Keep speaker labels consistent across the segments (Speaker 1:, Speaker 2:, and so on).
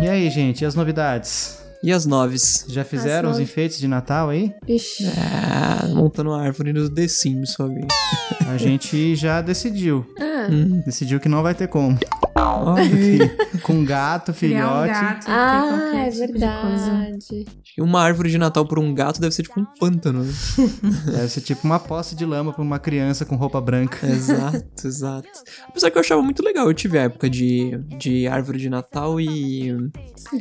Speaker 1: E aí, gente, e as novidades?
Speaker 2: E as noves?
Speaker 1: Já fizeram
Speaker 3: As
Speaker 1: os
Speaker 3: nove-
Speaker 1: enfeites de Natal aí?
Speaker 3: Ixi.
Speaker 4: É,
Speaker 2: Ah, montando a árvore nos The Sims, família.
Speaker 1: A gente já decidiu.
Speaker 3: Ah.
Speaker 1: Decidiu que não vai ter como.
Speaker 2: Olha aí.
Speaker 1: Com gato,
Speaker 4: Criar um
Speaker 1: filhote.
Speaker 4: gato, ter
Speaker 3: Ah,
Speaker 4: qualquer
Speaker 3: é
Speaker 4: tipo de coisa.
Speaker 3: verdade.
Speaker 2: Acho que Uma árvore de Natal por um gato deve ser tipo um pântano, né?
Speaker 1: Deve ser tipo uma poça de lama pra uma criança com roupa branca.
Speaker 2: Exato, exato. Apesar que eu achava muito legal, eu tive a época de, de árvore de Natal e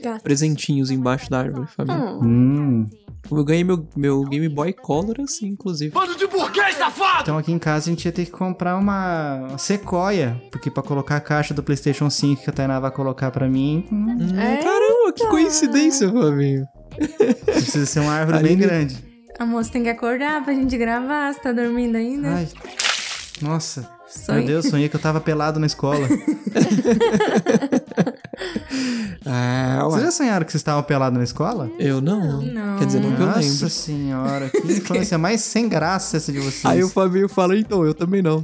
Speaker 3: Gato.
Speaker 2: presentinhos embaixo da árvore, família.
Speaker 3: Ah.
Speaker 1: Hum.
Speaker 2: Eu ganhei meu, meu Game Boy Color assim, inclusive.
Speaker 1: Então aqui em casa a gente ia ter que comprar uma sequoia, porque pra colocar a caixa do PlayStation 5 que a Tainá vai colocar pra mim, hum,
Speaker 2: Hum, Caramba, que coincidência, família.
Speaker 1: precisa ser uma árvore
Speaker 2: Ali
Speaker 1: bem
Speaker 2: no-
Speaker 1: grande.
Speaker 4: A moça tem que acordar pra gente gravar, você tá dormindo ainda?
Speaker 1: Ai. Nossa.
Speaker 4: Sonho.
Speaker 1: Meu Deus, sonhei que eu tava pelado na escola.
Speaker 2: Ah,
Speaker 1: Vocês
Speaker 2: ué.
Speaker 1: já sonharam que vocês estavam pelados na escola?
Speaker 2: Eu não.
Speaker 4: Não.
Speaker 2: Quer dizer, não que eu
Speaker 1: Nossa
Speaker 2: lembro.
Speaker 1: senhora, que infância mais sem graça essa de vocês.
Speaker 2: Aí o Fabinho fala, então, eu também não.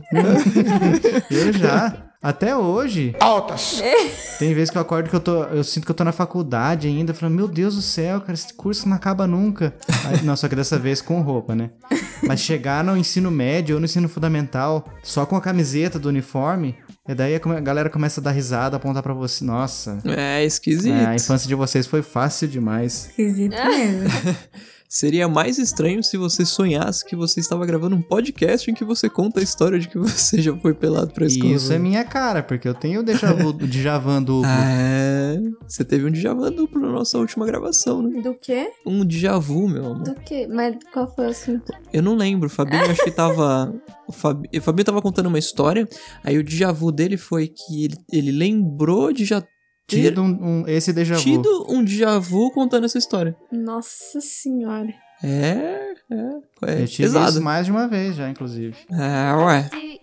Speaker 1: Eu já. Até hoje.
Speaker 5: Altas.
Speaker 2: É.
Speaker 1: Tem vezes que eu acordo que eu tô. Eu sinto que eu tô na faculdade ainda. Eu falo, meu Deus do céu, cara, esse curso não acaba nunca. Aí- não, só que dessa vez com roupa, né? Mas chegar no ensino médio ou no ensino fundamental, só com a camiseta do uniforme, e daí a come- a galera começa a dar risada, apontar pra você. Nossa.
Speaker 2: É esquisito.
Speaker 1: é, a infância de vocês foi fácil demais.
Speaker 4: Esquisito mesmo.
Speaker 2: Seria mais estranho se você sonhasse que você estava gravando um podcast em que você conta a história de que você já foi pelado pra escola.
Speaker 1: E isso é minha cara, porque eu tenho o déjà vu- o Djavan duplo.
Speaker 2: É, você teve um déjà vu duplo na nossa última gravação, né?
Speaker 4: Do quê?
Speaker 2: Um déjà vu, meu amor.
Speaker 3: Do que? Mas qual foi o assunto?
Speaker 2: Eu não lembro, o Fabinho acho que tava. O, Fabi, o Fabinho tava contando uma história, aí o déjà vu dele foi que ele, ele lembrou de já ter
Speaker 1: Tido um, um- esse déjà vu.
Speaker 2: tido um déjà vu contando essa história.
Speaker 3: Nossa senhora.
Speaker 2: É, é, é
Speaker 1: Eu tive
Speaker 2: pesado.
Speaker 1: isso mais de uma vez já, inclusive.
Speaker 2: É, ué.